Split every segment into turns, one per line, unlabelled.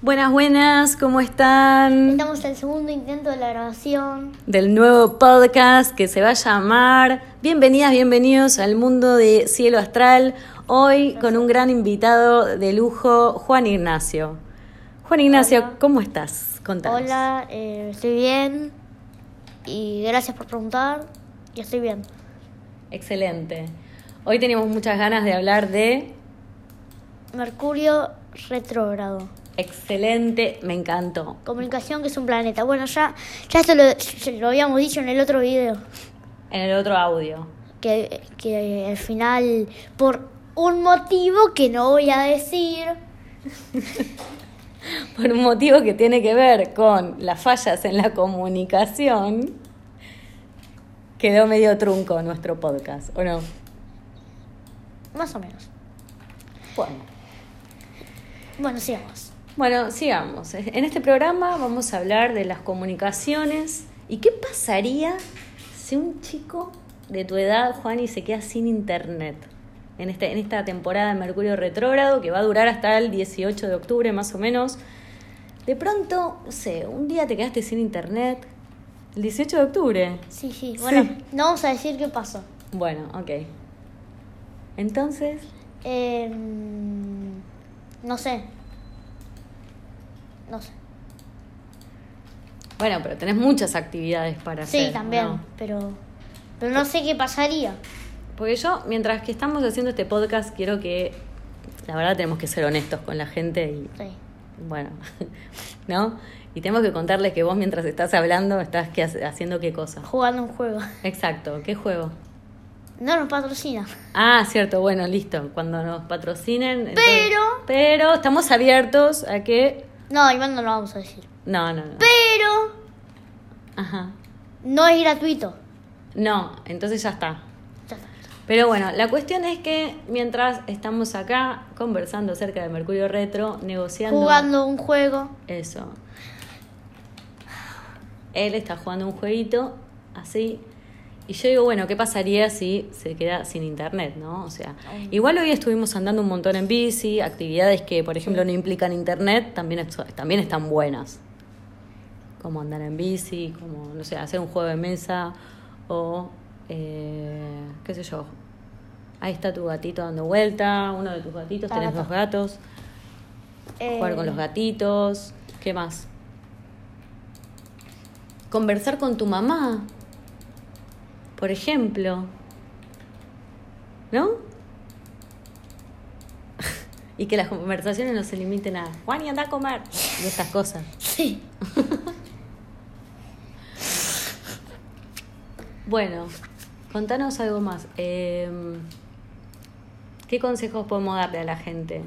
Buenas, buenas, ¿cómo están?
Estamos al segundo intento de la grabación.
Del nuevo podcast que se va a llamar Bienvenidas, bienvenidos al mundo de Cielo Astral. Hoy con un gran invitado de lujo, Juan Ignacio. Juan Ignacio,
Hola.
¿cómo estás? Contanos.
Hola, eh, estoy bien. Y gracias por preguntar. Y estoy bien.
Excelente. Hoy tenemos muchas ganas de hablar de
Mercurio retrógrado.
excelente, me encantó.
Comunicación que es un planeta. Bueno, ya, ya esto lo, ya lo habíamos dicho en el otro video.
En el otro audio.
Que, que al final, por un motivo que no voy a decir,
Por un motivo que tiene que ver con las fallas en la comunicación, quedó medio trunco nuestro podcast, ¿o no?
más o menos.
Bueno.
Bueno, sigamos.
Bueno, sigamos. En este programa vamos a hablar de las comunicaciones y qué pasaría si un chico de tu edad, Juani, se queda sin internet en, este, en esta temporada de Mercurio Retrógrado que va a durar hasta el 18 de octubre más o menos. De pronto, no sé, un día te quedaste sin internet. El 18 de octubre.
Sí, sí. Bueno,
Sí.
no vamos a decir qué pasó.
Bueno, ok. Entonces,
Em, no sé. No sé.
bueno, pero tenés muchas actividades para
Sí,
hacer. ¿o
también,
no?
pero pero no sé qué pasaría.
Porque yo, mientras que estamos haciendo este podcast, quiero que, la verdad, tenemos que ser honestos con la gente y,
Sí.
bueno, ¿no? Y tenemos que contarles que vos, mientras estás hablando, estás que hace- haciendo qué cosa.
Jugando un juego.
Exacto, ¿qué juego?
No nos patrocina.
Ah, cierto, bueno, listo. Cuando nos patrocinen. entonces-
Pero-
Pero estamos abiertos a que.
No, Iván no lo vamos a decir.
No, no, no.
Pero
Ajá.
no es gratuito.
No, entonces ya está.
Ya está.
Pero bueno, la cuestión es que mientras estamos acá conversando acerca de Mercurio Retro, negociando.
Jugando un juego.
Eso. Él está jugando un jueguito así. Y yo digo, bueno, ¿qué pasaría si se queda sin internet, no? O sea, igual hoy estuvimos andando un montón en bici, actividades que, por ejemplo, no implican internet, también, es- también están buenas. Como andar en bici, como, no sé, hacer un juego de mesa o, eh, qué sé yo. Ahí está tu gatito dando vuelta, uno de tus gatitos,
Está
tenés
gato.
dos gatos
eh,
jugar con los gatitos, ¿qué más? Conversar con tu mamá, por ejemplo. ¿No? y que las conversaciones no se limiten a Juan y anda a comer y esas cosas.
Sí.
Bueno, contanos algo más. Eh, ¿Qué consejos podemos darle a la gente?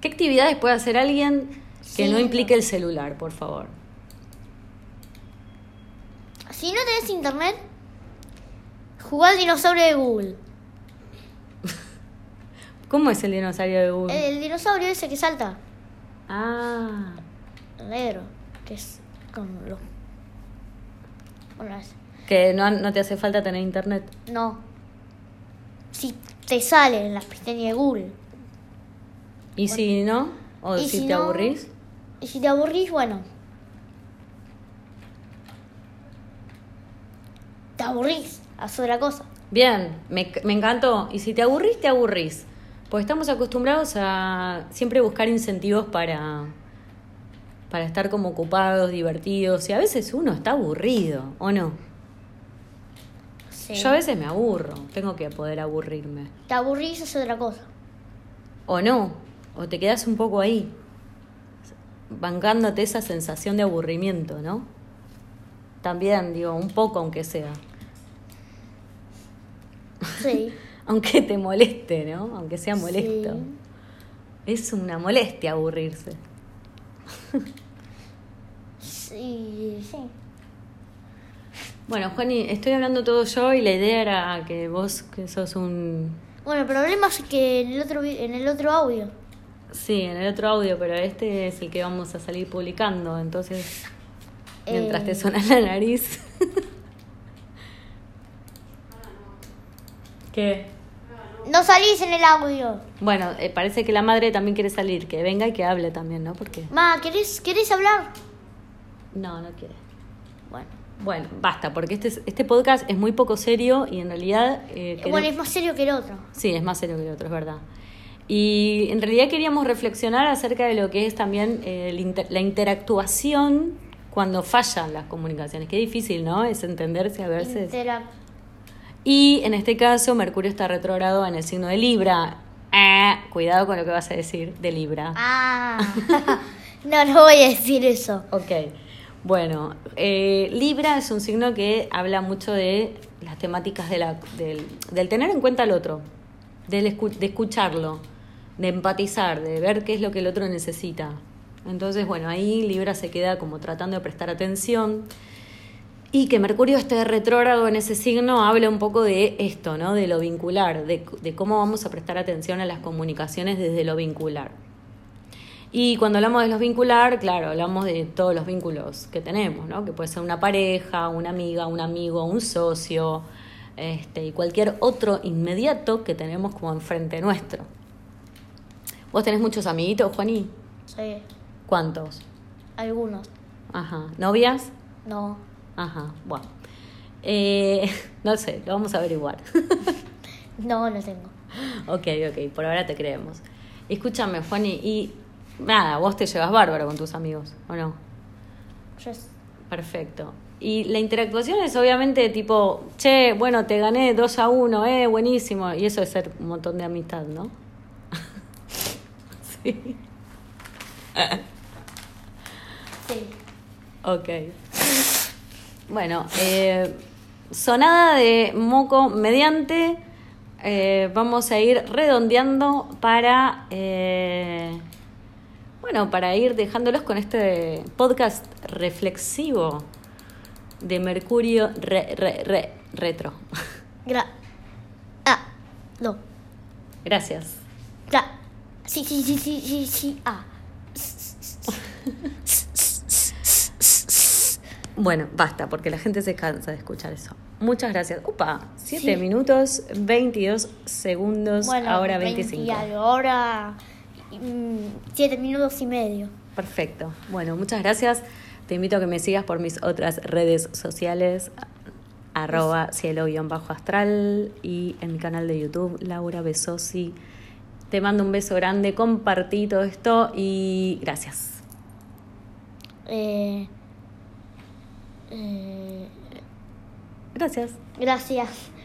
¿Qué actividades puede hacer alguien que
Sí.
no implique el celular, por favor?
Si no tenés internet, jugá al dinosaurio de Google.
¿Cómo es el dinosaurio de Google?
El dinosaurio ese que salta.
Ah,
negro, que es con los... Bueno, es-
que no, no te hace falta tener internet.
no. Si te sale en las pestañas de Google.
¿Y si no? ¿O
Y
si,
si
te
no-
aburrís?
Y si te aburrís, bueno. Te aburrís, haz otra cosa.
Bien, me, me encantó. Y si te aburrís, te aburrís. Pues estamos acostumbrados a siempre buscar incentivos para, para estar como ocupados, divertidos. Y a veces uno está aburrido, ¿o no?
Sí.
Yo a veces me aburro, tengo que poder aburrirme.
Te aburrís, haz otra cosa.
O no, o te quedas un poco ahí, bancándote esa sensación de aburrimiento, ¿no? También, digo, un poco aunque sea.
Sí.
Aunque te moleste, ¿no? Aunque sea molesto.
Sí.
Es una molestia aburrirse.
Sí, sí.
Bueno, Juani, estoy hablando todo yo y la idea era que vos, que sos un...
Bueno, el problema es que en el otro, vi- en el otro audio.
Sí, en el otro audio, pero este es el que vamos a salir publicando, entonces... Mientras te
Eh.
suena la nariz. ¿Qué?
no salís en el audio.
Bueno, eh, parece que la madre también quiere salir, que venga y que hable también, ¿no? Porque.
Ma, ¿querés, ¿querés hablar?
No, no quiere.
Bueno.
Bueno, basta, porque este, es- este podcast es muy poco serio y en realidad. eh,
Eh,
queremos-
Bueno, es más serio que el otro.
Sí, es más serio que el otro, es verdad. Y en realidad queríamos reflexionar acerca de lo que es también eh, el inter- la interactuación cuando fallan las comunicaciones. Qué difícil, ¿no? Es entenderse a verse.
Interac-
Y en este caso, Mercurio está retrógrado en el signo de Libra. Ah, cuidado con lo que vas a decir de Libra.
Ah. no, no voy a decir eso.
Ok. Bueno, eh, Libra es un signo que habla mucho de las temáticas de la- del, del tener en cuenta al otro, del escu- de escucharlo, de empatizar, de ver qué es lo que el otro necesita. Entonces, bueno, ahí Libra se queda como tratando de prestar atención. Y que Mercurio esté retrógrado en ese signo habla un poco de esto, ¿no? De lo vincular, de, de cómo vamos a prestar atención a las comunicaciones desde lo vincular. Y cuando hablamos de los vincular, claro, hablamos de todos los vínculos que tenemos, ¿no? Que puede ser una pareja, una amiga, un amigo, un socio, este, y cualquier otro inmediato que tenemos como enfrente nuestro. ¿Vos tenés muchos amiguitos, Juaní?
Sí,
¿Cuántos?
algunos.
Ajá. ¿Novias?
No.
Ajá. Bueno. Eh, no sé, lo vamos a averiguar.
No, no tengo.
Ok, ok, por ahora te creemos. Escúchame, Juani, y nada, vos te llevas bárbaro con tus amigos, ¿o no?
Yo s-
Perfecto. Y la interactuación es obviamente tipo, che, bueno, te gané 2 a 1, eh, buenísimo. Y eso es ser un montón de amistad, ¿no? sí.
sí.
Ok. Bueno, eh, sonada de moco mediante, eh, vamos a ir redondeando para, eh, bueno, para ir dejándolos con este podcast reflexivo de Mercurio re- re- re- retro.
Gra. Ah. No.
Gracias.
Gra. Sí, sí, sí, sí, sí, sí. Ah.
Bueno, basta, porque la gente se cansa de escuchar eso. Muchas gracias. Upa, 7
Sí.
minutos 22 segundos, ahora
20
25.
y algo, Ahora 7 minutos y medio.
Perfecto. Bueno, muchas gracias. Te invito a que me sigas por mis otras redes sociales, arroba cielo-astral y en mi canal de YouTube, Laura Besosi. Te mando un beso grande, compartí todo esto y gracias.
Eh, eh,
Gracias.
gracias.